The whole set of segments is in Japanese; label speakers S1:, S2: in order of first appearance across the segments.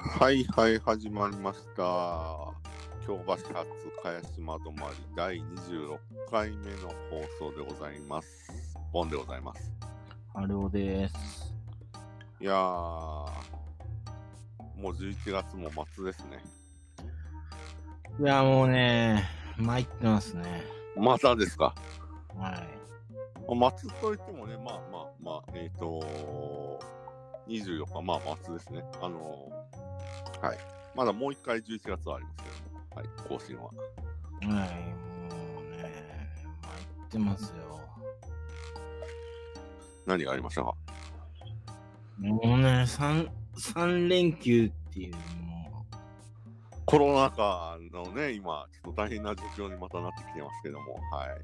S1: はいはい始まりました京橋発茅島止まり第26回目の放送でございますボンでございます
S2: あれおです。
S1: いやーもう11月も末ですね
S2: いや、もうね、参ってますね。
S1: またですか
S2: はい。
S1: 末といってもねまあまあまあえっ、ー、と24日まあ末ですねあのーはいまだもう一回11月はありますけどもはい更新は
S2: はい、もうね、参ってますよ。
S1: 何がありましたか
S2: もうね、三三連休っていう、も
S1: コロナ禍のね、今、ちょっと大変な状況にまたなってきてますけども、はい。
S2: う、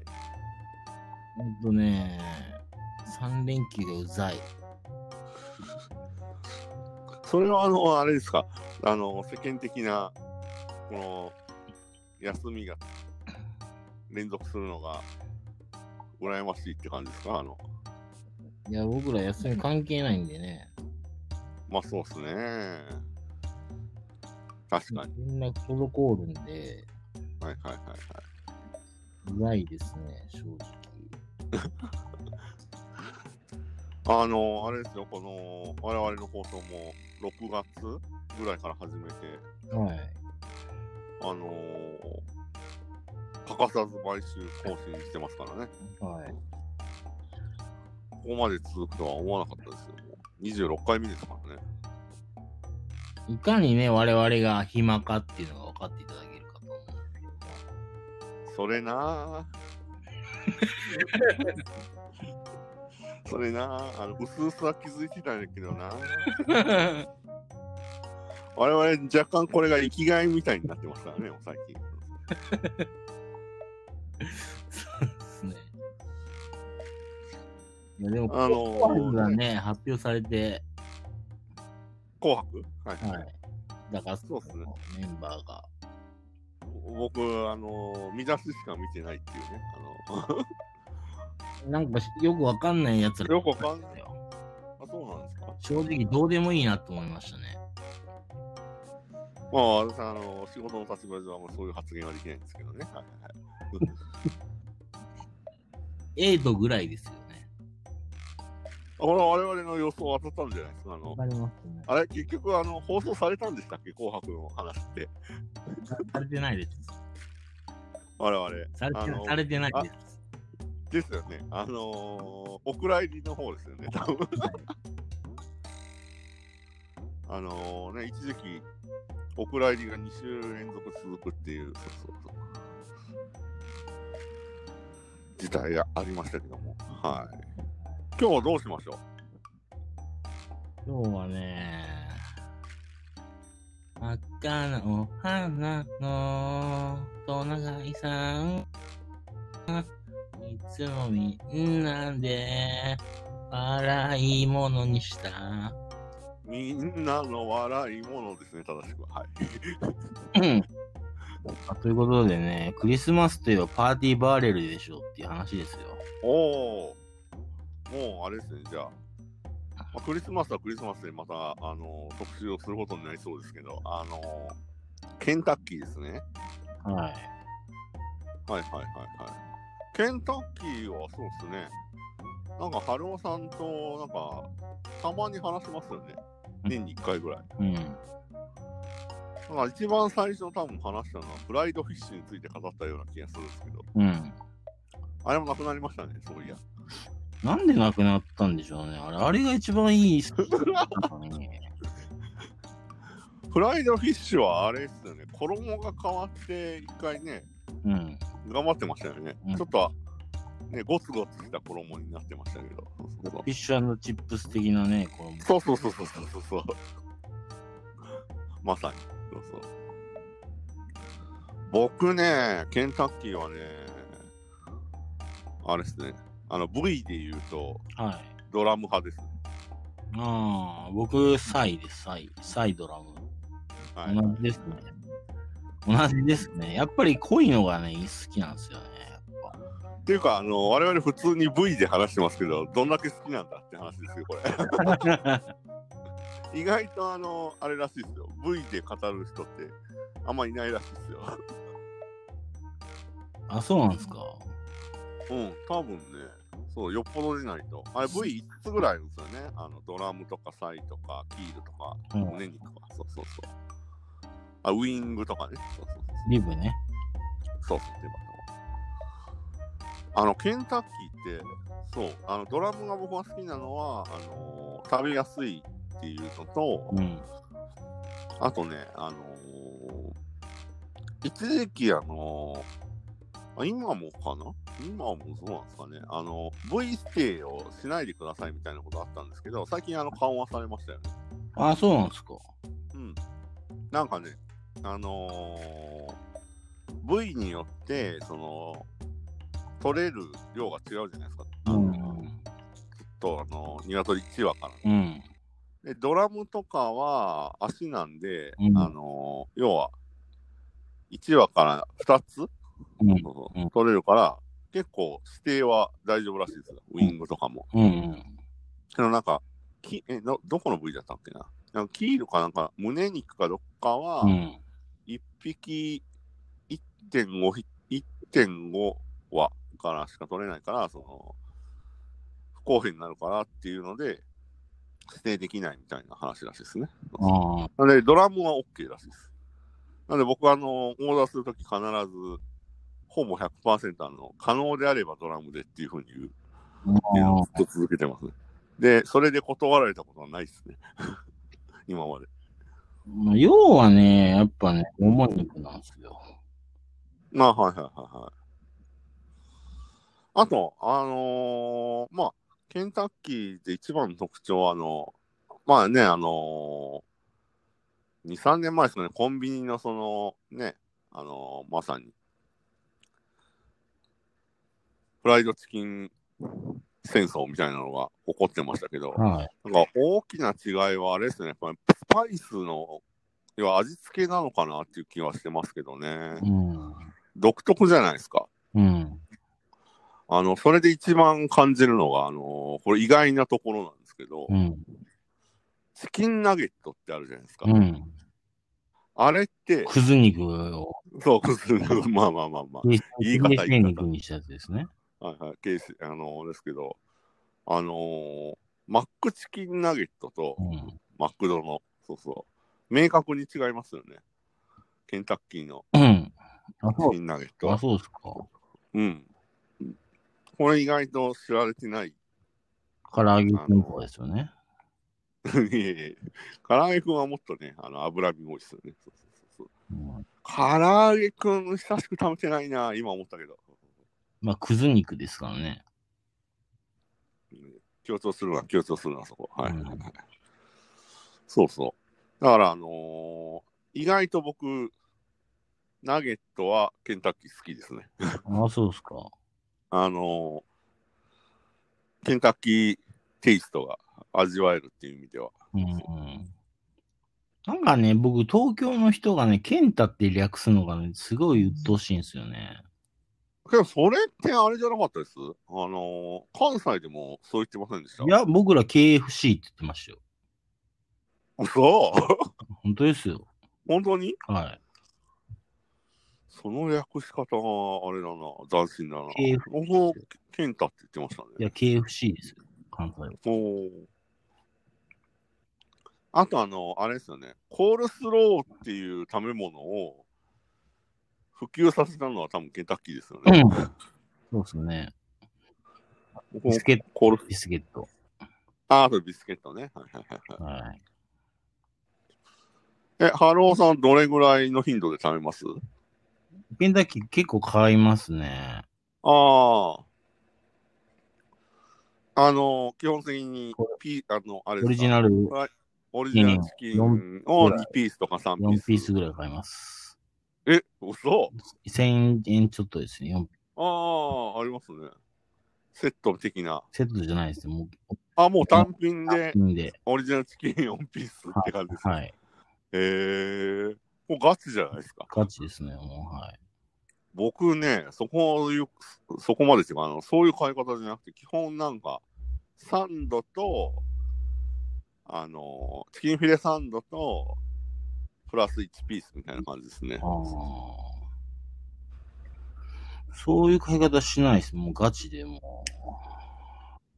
S2: ほんとね、三連休がうざい。
S1: それは、あの、あれですか、あの、世間的な、この、休みが連続するのが、羨ましいって感じですか、あの、
S2: いや、僕ら休み関係ないんでね。
S1: まあそうっすね。確かに。
S2: みんな滞るんで、
S1: はいはいはいは
S2: うざいですね、正直。
S1: い。あの、あれですよ、この、我々の放送も、6月ぐらいから始めて、
S2: はい。
S1: あのー欠かさず毎週更新してますからね、
S2: はい。
S1: ここまで続くとは思わなかったですよ。もう26回目ですからね。
S2: いかにね、我々が暇かっていうのが分かっていただけるかと思うんですけど。
S1: それな ぁ。それなぁ。あの、うすうすは気づいてたんだけどなぁ。 我々若干これが生きがいみたいになってますからね、もう最近。
S2: そうですね。いや、でも、
S1: あのー
S2: 紅白がね、発表されて、
S1: 紅白はい。
S2: はい。だから、
S1: そうっすね
S2: メンバーが。
S1: 僕、あのー見出ししか見てないっていうね。あの
S2: なんかし、よくわかんないやつら。
S1: よくわかんないあ、そうなんですか
S2: 正直、どうでもいいなと思いましたね。
S1: まあ、私あの仕事の立場上はもうそういう発言はできないんですけどね。はいはいはい、
S2: エイトぐらいですよね。
S1: これは我々の予想当たったんじゃないですか。あの
S2: りますね。
S1: あれ、結局あの、放送されたんでしたっけ紅白の話って。
S2: されてないです。
S1: 我々。
S2: され
S1: あ
S2: て
S1: の
S2: ないされてないです。
S1: ですよね。あのー、お蔵入りの方ですよね、多分。あのー、ね、一時期、お蔵入りが2週連続続くっていう、そうそうそう。事態がありましたけども。はい。今日はどうしましょう
S2: 今日はね、真っ赤なお花のトナカイさん。いつもみんなで笑いものにした。
S1: みんなの笑いものですね、正しくは。はい。
S2: あということでね、クリスマスといえばパーティーバーレルでしょっていう話ですよ。
S1: おお、もうあれですね、じゃあ、まあクリスマスはクリスマスでまた、あのー特集をすることになりそうですけど、あのーケンタッキーですね。
S2: はい。
S1: はいはいはいはい。ケンタッキーはそうですね、なんか、春尾さんと、なんか、たまに話しますよね。年に1回ぐらい。
S2: うん。
S1: なんか一番最初多分話したのは、フライドフィッシュについて語ったような気がするんですけど、
S2: うん。
S1: あれもなくなりましたね、そういや。
S2: なんでなくなったんでしょうね。あれ、あれが一番いい。
S1: フライドフィッシュはあれですよね、衣が変わって一回ね、
S2: うん。
S1: 頑張ってましたよね。
S2: うん
S1: ちょっと、ね、ゴツゴツした衣になってましたけど。そう
S2: フィッシュチップス的なね、この
S1: そうそうそうそうそうそうそう。まさに。そうそう。僕ね、ケンタッキーはね、あれですね、あの V で言うと
S2: はい。
S1: ドラム派ですね。
S2: ああ、僕、サイです、サイ。サイドラム。
S1: はい。
S2: 同じですね。同じですね。やっぱり濃いのがね、好きなんですよね。
S1: っていうか、あの、我々普通に V で話してますけど、どんだけ好きなんだって話ですよ、これ。
S2: やっぱ
S1: 意外とあの、あれらしいですよ。V で語る人ってあんまいないらしいですよ。
S2: あ、そうなんですか。
S1: うん、多分ね、そう、よっぽどでないと。あれ、V5 つぐらいあるんですよね。あの、ドラムとか、サイとか、キールとか、
S2: うん
S1: 胸肉とか、そうそうそう。あ、ウイングとかね。そうそう
S2: リブね。
S1: そう。そうそう、出番のあの、ケンタッキーって、そう、あの、ドラムが僕が好きなのは、あのー食べやすいっていうのと、
S2: うん。
S1: あとね、あのー一時期あのーあ今もかな今もそうなんですかね。あの、V ステイをしないでくださいみたいなことあったんですけど、最近あの緩和されましたよね。
S2: あ、そうなんですか。
S1: うん。なんかね、あのー V によって、その、取れる量が違うじゃないですか。あのちょっ
S2: ん。
S1: とあの、鶏1羽から。
S2: うん。
S1: でドラムとかは足なんで、
S2: うん
S1: あのー要は1話から2つ、
S2: うん。
S1: そうそう
S2: うん
S1: 取れるから結構指定は大丈夫らしいですよウイングとかも。
S2: うん。
S1: けどなんかきえどどこの部位だったっけななんかキールかなんか胸肉かどっかは
S2: うん。
S1: 1匹1.5ひ1.5羽からしか取れないからその不公平になるからっていうので指定できないみたいな話らしいですね。
S2: ああ。
S1: なんで、ドラムは OK らしいです。なんで、僕はあの、オーダーするとき必ず、ほぼ100%あの、可能であればドラムでっていうふうに言うっていうのをずっと続けてますね。で、それで断られたことはないですね。 今まで。
S2: まあ要はね、やっぱね、もも肉なんですよ。
S1: まあ、はいはいはいはい。あと、あのーまあ、ケンタッキーで一番の特徴は、あのまあね、あのー、2、3年前ですかね、コンビニのその、ね、あのーまさに、フライドチキン戦争みたいなのが起こってましたけど、
S2: はい。
S1: なんか大きな違いはあれですね、やっぱりスパイスの、要は味付けなのかなっていう気はしてますけどね。
S2: うん。
S1: 独特じゃないですか。
S2: うん。
S1: あの、それで一番感じるのが、あのーこれ意外なところなんですけど
S2: う、ん。
S1: チキンナゲットってあるじゃないですか。
S2: うん。
S1: あれって、
S2: くず肉を、
S1: そう、 くずまあまあまあま
S2: い
S1: 言い方言い方
S2: 肉にしたやつですね。
S1: あ、はいはい、ケース、あのーですけど、あのーマックチキンナゲットと
S2: うん。
S1: マクドの、そうそう、明確に違いますよね。ケンタッキーの
S2: うん。あ、
S1: チ
S2: そう
S1: キンナゲット
S2: あ、
S1: は。
S2: そうですか。
S1: うん。これ意外と知られてない
S2: 唐揚げ文法ですよね。
S1: いえいえ、唐揚げくんはもっとね、あの脂身が多いですよね。そうそうそうそう
S2: うん
S1: 唐揚げくん、久しく食べてないな、今思ったけど。
S2: まあ、くず肉ですからね。
S1: 強調するな、強調するな、そこ。はい。
S2: うん
S1: はいはいそうそう。だから、あのー意外と僕、ナゲットはケンタッキー好きですね。
S2: あ、そうですか。
S1: あのーケンタッキーテイストが味わえるっていう意味では。
S2: うんうん。なんかね、僕、東京の人がね、ケンタって略すのがね、すごい鬱陶しいんですよね。
S1: けど、それってあれじゃなかったですあのー関西でもそう言ってませんでした
S2: いや、僕ら KFC って言ってましたよ。
S1: 嘘
S2: 本当ですよ。
S1: 本当に
S2: は
S1: その略し方があれだな、斬新だな。
S2: KFC
S1: 僕もケンタって言ってまし
S2: い。い
S1: た
S2: や、
S1: ね。
S2: KFC ですよ。関西は。
S1: おーあとあの、あれですよね。コールスローっていう食べ物を普及させたのは多分ケンタッキーですよね。
S2: そうですね。
S1: 僕
S2: ビ
S1: も
S2: スケット、
S1: コールス
S2: ビスケット。
S1: あ、あとビスケットね。はいはいはいはい
S2: はい。
S1: え、ハローさんどれぐらいの頻度で食べます
S2: ケンタッキー結構買いますね。
S1: ああ。あの、基本的にピ、あの、あれ
S2: オ
S1: で
S2: リ
S1: す
S2: ジ
S1: か
S2: ナル
S1: オリジナルチキンを2ピースとか3
S2: 4ピ
S1: ピ
S2: ー
S1: ース。
S2: スぐらい買います。
S1: え、嘘
S2: 1000円ちょっとですね。四
S1: ああ、ありますね。セット的な。
S2: セットじゃないですね。もう、
S1: あ、もう単品で
S2: いいんで。
S1: オリジナルチキン4ピースって感じです。
S2: はい。
S1: へえー。もうガチじゃないですか。
S2: ガチですね。もう、はい。
S1: 僕ね、そこいう、そこまでっていうか、あの、そういう買い方じゃなくて、基本なんか、サンドと、あのチキンフィレサンドとプラス1ピースみたいな感じですね。
S2: あーそういう買い方しないです。もうガチでも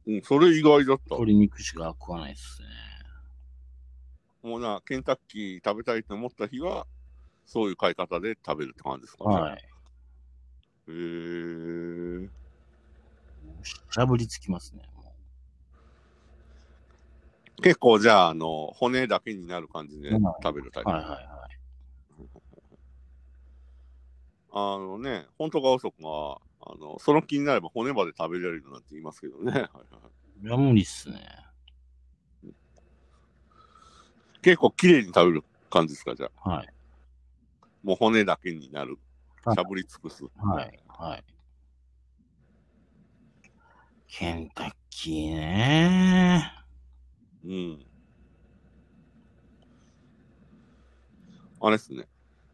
S1: うん、それ意外だっ
S2: う、
S1: た。
S2: 鶏肉しか食わないですね。
S1: もうな、ケンタッキー食べたいと思った日は、そういう買い方で食べるって感じですかね。
S2: はい。
S1: へー
S2: しゃぶりつきますね。も
S1: 結構じゃあ、あの、骨だけになる感じで食べるタイ
S2: う
S1: プ。
S2: はいはいはい。
S1: あのね、本当か嘘か、あの、その気になれば骨まで食べれるなんて言いますけどね。はいはい
S2: いや、無理っすね。
S1: 結構綺麗に食べる感じですか、じゃあ。
S2: はい。
S1: もう骨だけになる。
S2: はい
S1: しゃぶり尽くす。
S2: はい。はい。ケンタッキーね。
S1: うん。あれですね。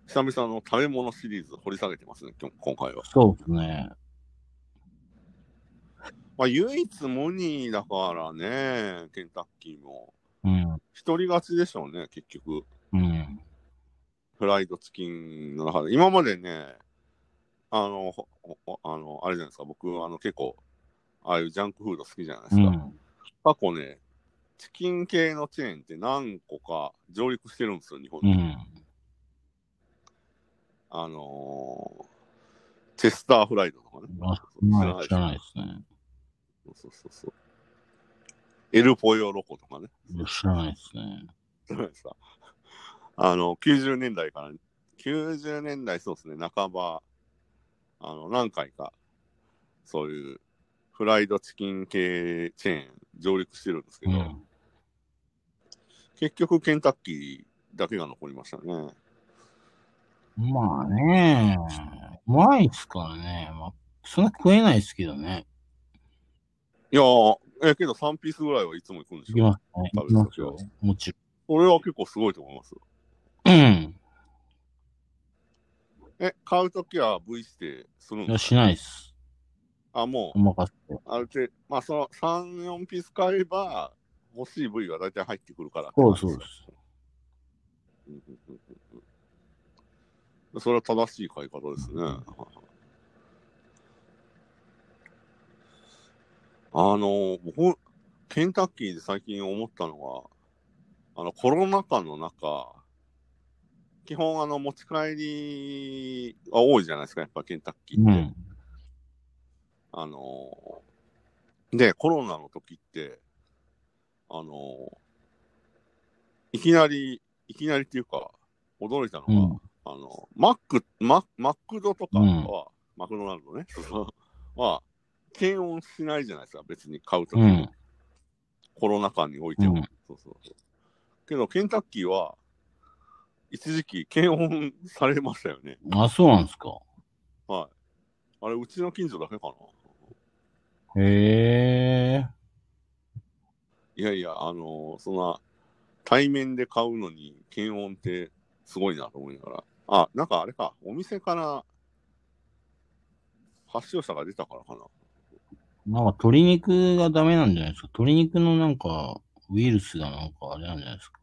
S1: 久々の食べ物シリーズ掘り下げてますね、今日今回は。
S2: そうですね。
S1: まあ、唯一無二だからね、ケンタッキーも。
S2: うん。
S1: 一人勝ちでしょうね、結局。
S2: うん。
S1: フライドチキンの中で。今までね、あの、ほほあのあれじゃないですか、僕、あの結構、ああいうジャンクフード好きじゃないで
S2: う
S1: すか。
S2: ん。
S1: 過去ね、チキン系のチェーンって何個か上陸してるんですよ、日本
S2: う
S1: に。
S2: ん。
S1: あのーチェスターフライドとかね。
S2: あ
S1: 知ら
S2: まあ知らない
S1: で
S2: ですすね。
S1: そうそうそうそう。エルポヨロコとかね。
S2: 知らないですね。
S1: 知らないですか。あの、90年代から、90年代そうですね、半ば、あの、何回か、そういうフライドチキン系チェーン上陸してるんですけ
S2: う
S1: ど、
S2: ん。
S1: 結局ケンタッキーだけが残りましたね。
S2: まあね、うまいっすからね。まあ、そんな食えないっすけどね。
S1: いやー、え、けど3ピースぐらいはいつも行くんでし
S2: い
S1: ょ
S2: きますね。い
S1: 食
S2: き
S1: べ
S2: ま
S1: ますす
S2: よ
S1: よ。
S2: もち
S1: それは結構すごいと思いますよ。
S2: ろん。うん。
S1: え、買うときは V してするん
S2: いや、
S1: です
S2: し
S1: か
S2: ないっす。
S1: あ、もう
S2: お、任せ。
S1: ある程度、まあその3、4ピース買えば、欲しい部位が大体入ってくるから。
S2: そうそうです
S1: うんうんうんうんそれは正しい買い方ですね。あの、僕、ケンタッキーで最近思ったのが、あの、コロナ禍の中、基本、あの、持ち帰りが多いじゃないですか、やっぱケンタッキーっ
S2: う
S1: て。
S2: ん。
S1: あのーで、コロナの時って、あのーいきなり、いきなりっていうか、驚いたの
S2: う
S1: が、
S2: ん。
S1: あの、マック、ママックドとかは、
S2: うん
S1: マクドナルドね、 は、検温しないじゃないですか、別に買うとき
S2: う
S1: に、
S2: ん。
S1: コロナ禍においても、
S2: うん
S1: そうそうそう。けど、ケンタッキーは、一時期、検温されましたよね。
S2: あ、そうなんですか。
S1: あれ、うちの近所だけかな。
S2: へえ。
S1: いやいや、あのそんな、対面で買うのに、検温ってすごいなと思いながら。あ、なんかあれか、お店から、発症者が出たからかな。
S2: なんか鶏肉がダメなんじゃないですか。鶏肉のなんか、ウイルスがなんかあれなんじゃないですか。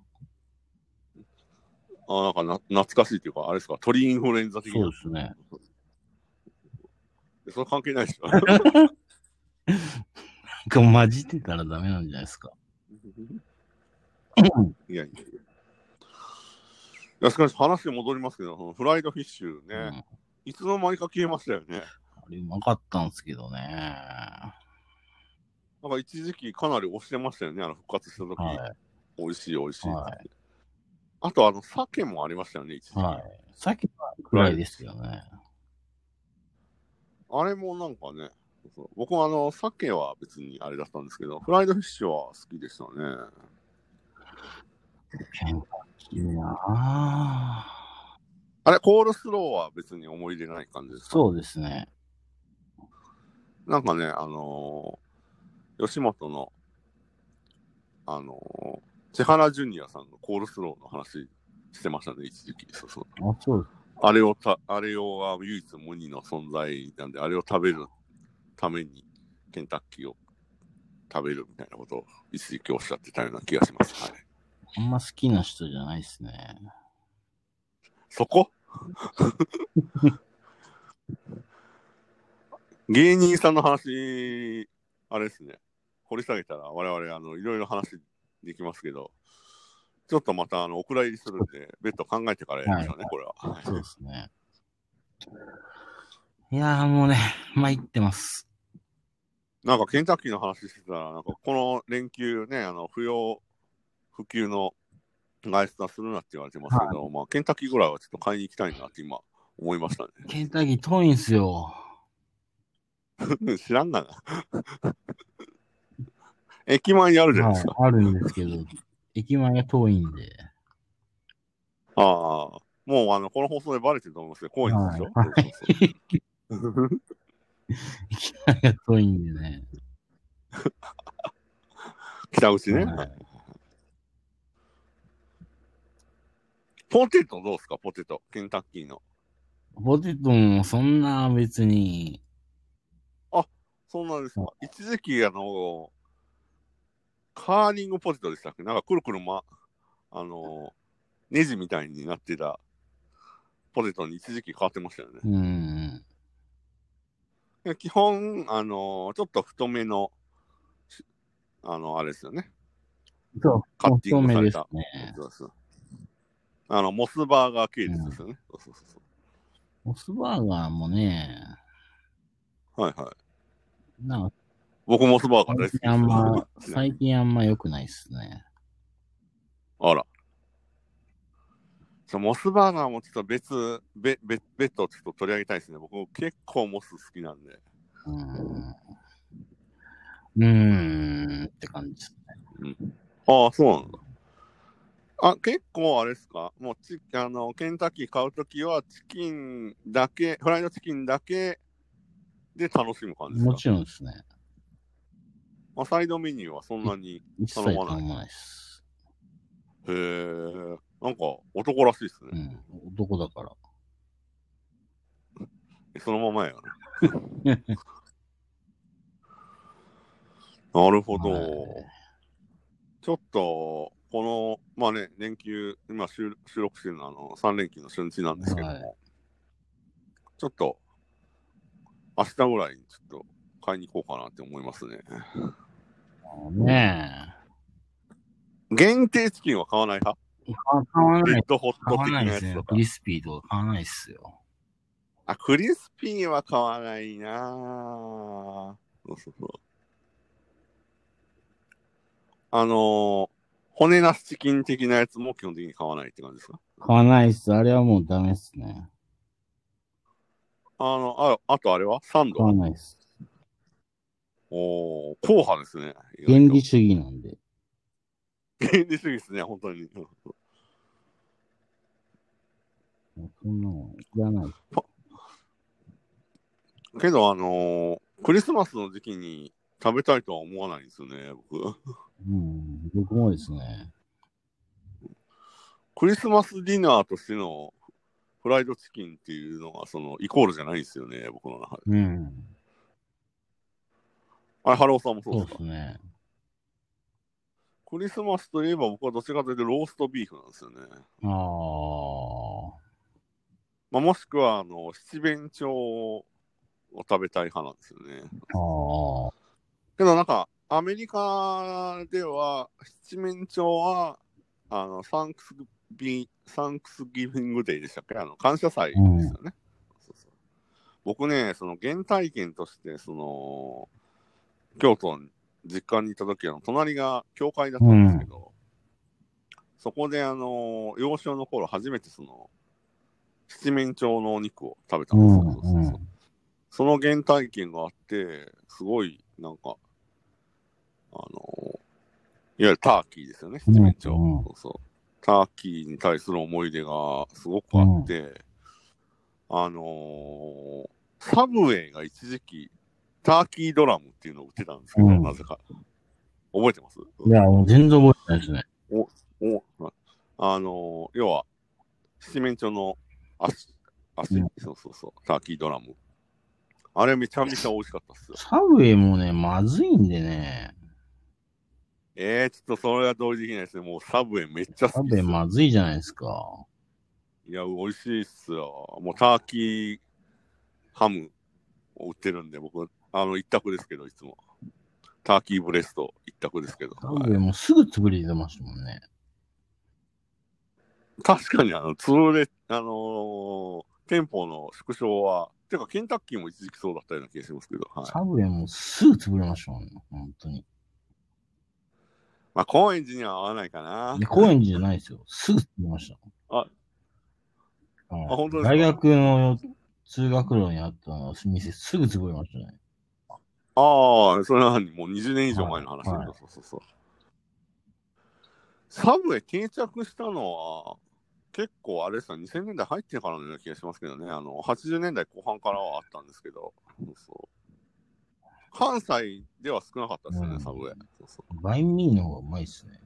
S1: あ、なんかな懐かしいっていうか、あれですか、鳥インフルエンザ的な。
S2: そうですね。
S1: それ関係 ないですよ。
S2: なんか混じってたらダメなんじゃないですか。
S1: いやいやいや。いやしかし話戻りますけど、そのフライドフィッシュ
S2: うん、あ
S1: ね、いつの間にか消えましたよね。
S2: れうまかったんですけどね。
S1: なんか一時期かなり押してましたよね、あの復活した時、
S2: は
S1: 美味しい美味しいって。
S2: は
S1: あと、あの、鮭もありましたよね、一時
S2: い。
S1: 期。
S2: はい。さっきくらいですよね。
S1: あれもなんかね、そう僕はあの、鮭は別にあれだったんですけど、フライドフィッシュは好きでしたね。
S2: ケンタッキーなあ
S1: あれ、コールスローは別に思い入れない感じですか
S2: そうですね。
S1: なんかね、あのー吉本の、あのー千原ジュニアさんのコールスローの話してましたね、一時期。そうそう
S2: あ、そう
S1: あれをた、あれをは唯一無二の存在なんで、あれを食べるためにケンタッキーを食べるみたいなことを一時期おっしゃってたような気がします。はい、
S2: あんま好きな人じゃないですね。
S1: そこ 芸人さんの話、あれですね。掘り下げたら我々あのいろいろ話できますけど、ちょっとまたあのお蔵入りするんで、別途考えてからやりましょうね、これは。はい
S2: そうですね。いやーもうね、参ってます。
S1: なんかケンタッキーの話してたら、なんかこの連休ね、あの不要不急の外出はするなって言われてますけど、まあ、ケンタッキーぐらいはちょっと買いに行きたいなって今思いました
S2: ケンタッキー遠いんすよ。
S1: ね。知らんがな。駅前にあるじゃないですか。
S2: はい、あるんですけど、駅前が遠いんで。
S1: ああ、もうあのこの放送でバレてると思うんですけど、高円寺でしょ、そうそうそう
S2: 駅前が遠いんでね。
S1: 北口ね。
S2: はい
S1: ポテトどうですか、ポテト。ケンタッキーの。
S2: ポテトもそんな別に、
S1: そうなんですか。一時期、あの、カーリングポテトでしたっけなんかくるくるま、あの、ネジみたいになってたポテトに一時期変わってましたよね。
S2: うん。
S1: いや基本、あの、ちょっと太めの、しあの、あれですよね。
S2: そう、
S1: カッティングされ
S2: で
S1: た
S2: すね。
S1: そうそうあの、モスバーガー系列ですよね。そうそうそう
S2: モスバーガーもね、
S1: そう。はいはい。
S2: なんか
S1: 僕モスバーガー大好
S2: 最
S1: きですよ
S2: 近あん
S1: ちな
S2: ま、
S1: みに
S2: 最近あんま良くないっすね。
S1: あら。そうモスバーガーもちょっと別、べ別別途ちょっと取り上げたいですね。僕結構モス好きなんで。
S2: うん。うーんって感じですね。
S1: ああ、そうなんだ。あ、結構あれですかもうチあの、ケンタッキー買うときはチキンだけ、フライドチキンだけで楽しむ感じですか
S2: もちろんですね。
S1: まあ、サイドメニューはそんなに。
S2: 一切頼まないっす。
S1: へえ、なんか男らしいです
S2: う
S1: ね。
S2: ん。男だから。
S1: そのままや な。なるほど。
S2: はい
S1: ちょっと、この、まあね、連休、今収収録してるのはあの3連休の初日なんですけども、
S2: はい
S1: ちょっと、明日ぐらいにちょっと買いに行こうかなって思いますね。
S2: ね
S1: 限定チキンは買わない派
S2: え。買わ
S1: レ
S2: な
S1: ッ
S2: い。
S1: ドホッ
S2: 買
S1: ト
S2: わ
S1: 的
S2: な
S1: ないや
S2: です
S1: つ
S2: ね
S1: と。か
S2: ク。リスピーとか買わないっすよ。
S1: あ、クリスピーは買わないなぁそうそうそう。あのー骨なしチキン的なやつも基本的に買わないって感じですか
S2: 買わないっす。あれはもうダメっすね。
S1: あの、ああとあれはサン
S2: 買
S1: ド
S2: わ。ないっす。
S1: おー、硬派ですね。意
S2: 原
S1: 外と
S2: 理主義なんで。
S1: 原理主義ですね、本当に。うん
S2: もうそんなのいらない。
S1: けど、あのークリスマスの時期に食べたいとは思わないんですよね、僕。
S2: うん。僕もですね。
S1: クリスマスディナーとしてのフライドチキンっていうのが、その、イコールじゃないんですよね、僕の中で。
S2: うん。
S1: あれ、ハローさんもそうで
S2: そう
S1: す
S2: で
S1: か
S2: すね。
S1: クリスマスといえば僕はどちらかというとローストビーフなんですよね。
S2: ああ。
S1: まあ、もしくはあの七弁鳥を食べたい派なんですよね。
S2: ああ。
S1: けどなんかアメリカでは七面鳥はあのサンクスビサンクスギビングデーでしたっけあの感謝祭ですよね。そうそう僕ね、その原体験としてその京都に実家にいた時あの隣が教会だったんですけど、そこであの幼少の頃初めてその七面鳥のお肉を食べたんですよ。そうそうそうその原体験があって、すごい、なんか、あの、いわゆるターキーですよね、七面鳥。
S2: うんうん
S1: そうそう。ターキーに対する思い出がすごくあって、あのーサブウェイが一時期、ターキードラムっていうのを売ってたんですけど、
S2: うん
S1: なぜか。覚えてます
S2: いや、もう全然覚えてないですね。
S1: おあのー要は、七面鳥の足、足、
S2: うん
S1: そうそうそう、ターキードラム。あれめちゃめちゃ美味しかったっすよ。
S2: サブウェイもね、まずいんでね。
S1: えー、ちょっとそれは同時できないですね。もうサブウェイめっちゃ
S2: サ
S1: 好き
S2: ブ
S1: で
S2: ウェ
S1: す。
S2: イまずいじゃないですか。
S1: いや、美味しいっすよ。もうターキーハムを売ってるんで、僕、あの、一択ですけど、いつも。ターキーブレスト一択ですけど。
S2: サブウ
S1: は
S2: ェイもうすぐ潰れてましたもんね。
S1: い確かに、あの、潰れ、あのー店舗の縮小は、てか、ケンタッキーも一時期そうだったような気がしますけど、はい。
S2: サブウェイもうすぐ潰れましたもんね。本当に。
S1: まあ、高円寺には合わないかな。
S2: で高円寺じゃないですよ。すぐ潰れました。
S1: あ
S2: うん、
S1: あ本当ですか
S2: 大学の通学路にあった店、すぐ潰れましたね。
S1: ああ、それは何もう20年以上前の話だ、
S2: はいはい
S1: そうそうそう。サブウェイ定着したのは、結構あれですね、2000年代入ってからのような気がしますけどね、あの、80年代後半からはあったんですけど、そうそう関西では少なかったですよね、
S2: うん
S1: サブウェイ。そうそ
S2: バインミーの方がうまいっすね。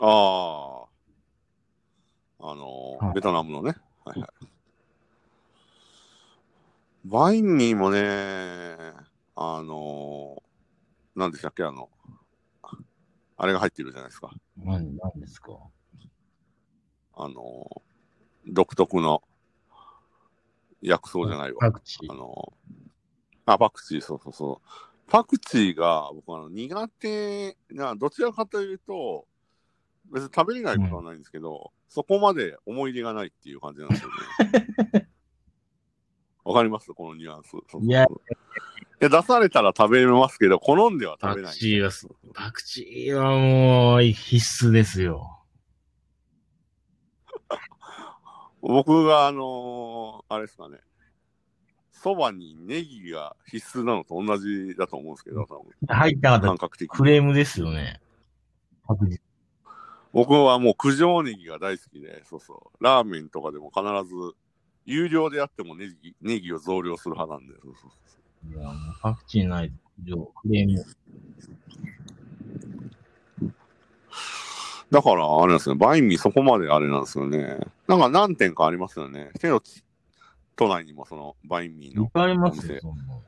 S1: うああ、あのー
S2: はい
S1: ベトナムのね。はいはい。バインミーもね、あのー、なんでしたっけ、あの、あれが入ってるじゃないですか。
S2: なんなんですか
S1: あのー、独特の薬草じゃないわ。
S2: パクチ
S1: あ
S2: ー。
S1: のー、あ、パクチー、そうそうそう。パクチーが僕あの苦手な、どちらかというと、別に食べれないことはないんですけど、そこまで思い入れがないっていう感じなんですよね。 わかりますこのニュアンス。そうそうそう
S2: いや
S1: いや出されたら食べれますけど、好んでは
S2: パ
S1: 食
S2: ク
S1: べない。
S2: チーはす、パクチーはもう必須ですよ。
S1: 僕が、あのーあれですかね、そばにネギが必須なのと同じだと思うんですけど、多分
S2: 入った方、
S1: 感覚的に。
S2: クレームですよね。確実
S1: 僕はもう九条ネギが大好きで、そうそう。ラーメンとかでも必ず、有料であってもネギネギを増量する派なんで、そうそうそう
S2: いやもうパクチーないと、クレーム。
S1: だから、あれなんですね、バインミーそこまであれなんですよね。なんか何点かありますよね。けど、ち都内にもそのバインミー
S2: いっ
S1: の。
S2: ぱいあります
S1: お
S2: よ
S1: 店、
S2: そんなの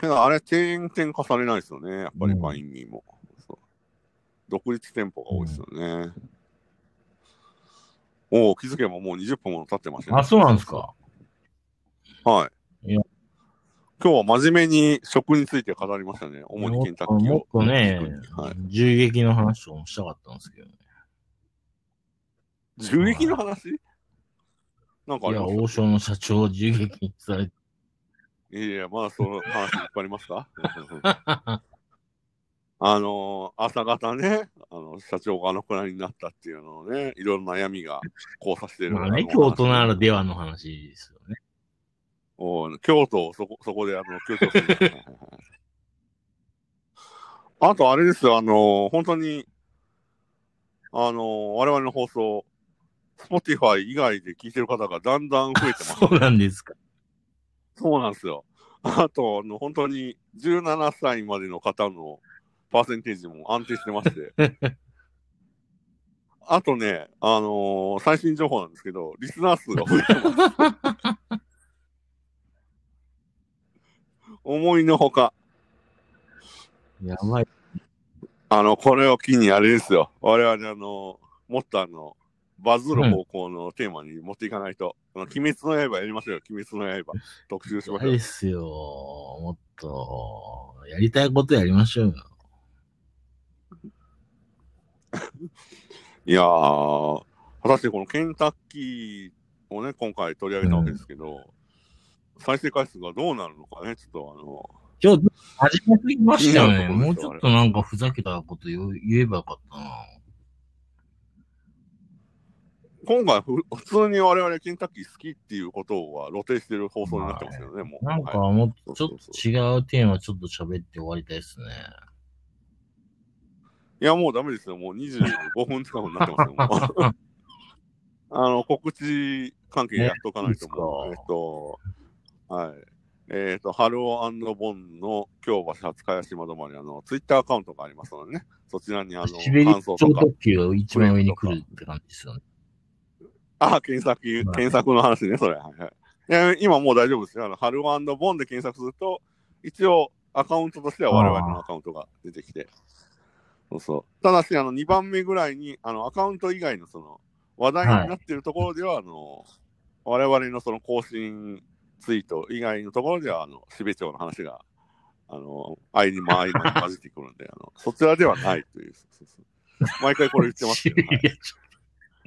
S1: けど、あれ、点々化されないですよね、やっぱり
S2: うん
S1: バインミーも。そう独立店舗が多いですよね。おお、気づけばもう20分も経ってましたね。
S2: あ、そうなんですか。
S1: はい。
S2: いや
S1: 今日は真面目に食について語りましたね。主にケンタッキーを。
S2: もっとね、
S1: はい、
S2: 銃撃の話をしたかったんですけどね。
S1: 銃撃の話なんかあ
S2: い
S1: り
S2: や、
S1: ま
S2: 王
S1: す
S2: 将の社長を銃撃にされて、
S1: いやいや、まだその話いっぱいあります かあのー朝方ね、あの、社長があのくらいになったっていうのをね、いろんな悩みが交差してる。
S2: まあね、
S1: の
S2: 京都ならではの話ですよね。
S1: おう京都をそこ、そこで、あの、京都するはいはいはいあと、あれですよ、あの、本当に、あの、我々の放送、Spotify 以外で聞いてる方がだんだん増えてます。
S2: そうなんですか。
S1: そうなんですよ。あと、あの、本当に、17歳までの方のパーセンテージも安定してまして。あとね、あの最新情報なんですけど、リスナー数が増えてます。思いのほか。
S2: やばい。
S1: あの、これを機にあれですよ。我々、あの、もっとあの、バズる方向のテーマに持っていかないと。あの鬼滅の刃やりましょうよ、鬼滅の刃。特集しま
S2: あ
S1: しょ
S2: れ
S1: う
S2: で。すよ。もっと、やりたいことやりましょうよ。
S1: いやー、果たしてこのケンタッキーをね、今回取り上げたわけですけど、再生回数がどうなるのかね、ちょっとあの、
S2: 今日、初めすぎましたよ
S1: い
S2: ね。
S1: いな
S2: もうちょっとなんかふざけたこと言う言えばよかったな。
S1: 今回ふ、普通に我々ケンタッキー好きっていうことは露呈してる放送になってますよね、もう。
S2: なんか
S1: はい
S2: もっとちょっと違うテーマちょっと喋って終わりたいですね。
S1: いや、もうダメですよ、もう25分近くになってますよ、もう。 あの、告知関係やっとかないと思う。
S2: ねいい
S1: え
S2: っすか
S1: っと、はい。えっ、と、ハローボンの京橋初茅島止まり、あの、ツイッターアカウントがありますのでね、そちらにあの、
S2: シベリア
S1: 感想
S2: 超
S1: とか、
S2: 特急が一番上に来るって感じですよね。
S1: あ、検索、検索の話ね、それ。はいはいいや今もう大丈夫ですよ。あの、ハローボンで検索すると、一応、アカウントとしては我々のアカウントが出てきて。そうそう。ただし、あの、2番目ぐらいに、あの、アカウント以外のその、話題になっているところでは、あの、我々のその更新ツイート以外のところでは、あの、しべ町の話が、あの、愛にまあに混じってくるんで、あの、そちらではないという。そうそうそう毎回これ言ってますけど、はい
S2: いや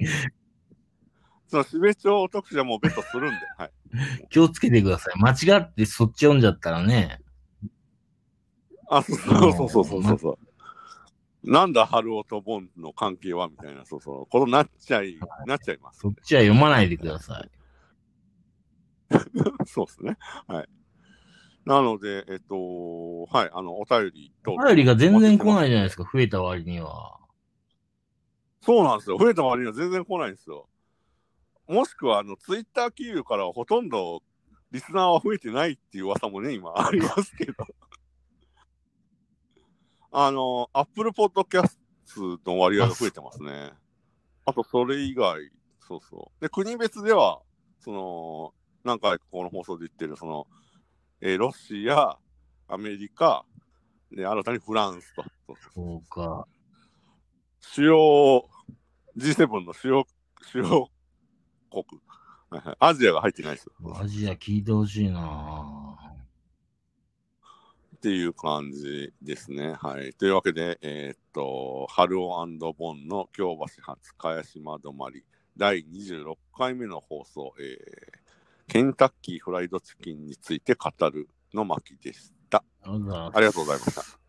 S1: そのしべ町特集はもう別途するんで、はい。
S2: 気をつけてください。間違ってそっち読んじゃったらね。
S1: あ、そうそうそうそうそうそう。なんだ、春尾とボンの関係はみたいな、そうそう。ことなっちゃい、なっちゃいます。
S2: そっちは読まないでください。
S1: そうですね。はい。なので、えっと、はい、あの、お便りと。
S2: お便りが全然来ないじゃないですか、増えた割には。
S1: そうなんですよ。増えた割には全然来ないんですよ。もしくは、あの、ツイッター経由からはほとんどリスナーは増えてないっていう噂もね、今 ありますけど。あの、アップルポッドキャストの割合が増えてますね。あと、それ以外、そうそう。で、国別では、その、何回かこの放送で言ってる、その、えーロシア、アメリカ、で、新たにフランスと。そうそう
S2: そうか。
S1: 主要、G7 の主要、主要国。はいはいアジアが入ってないですよ。
S2: アジア聞いてほしいなぁ
S1: っていう感じですね。はい。というわけで、えーっと、春尾ボンの京橋発茅島止まり、第26回目の放送、えーケンタッキーフライドチキンについて語るの巻でした。
S2: ありがとうございます
S1: ありがとうございました。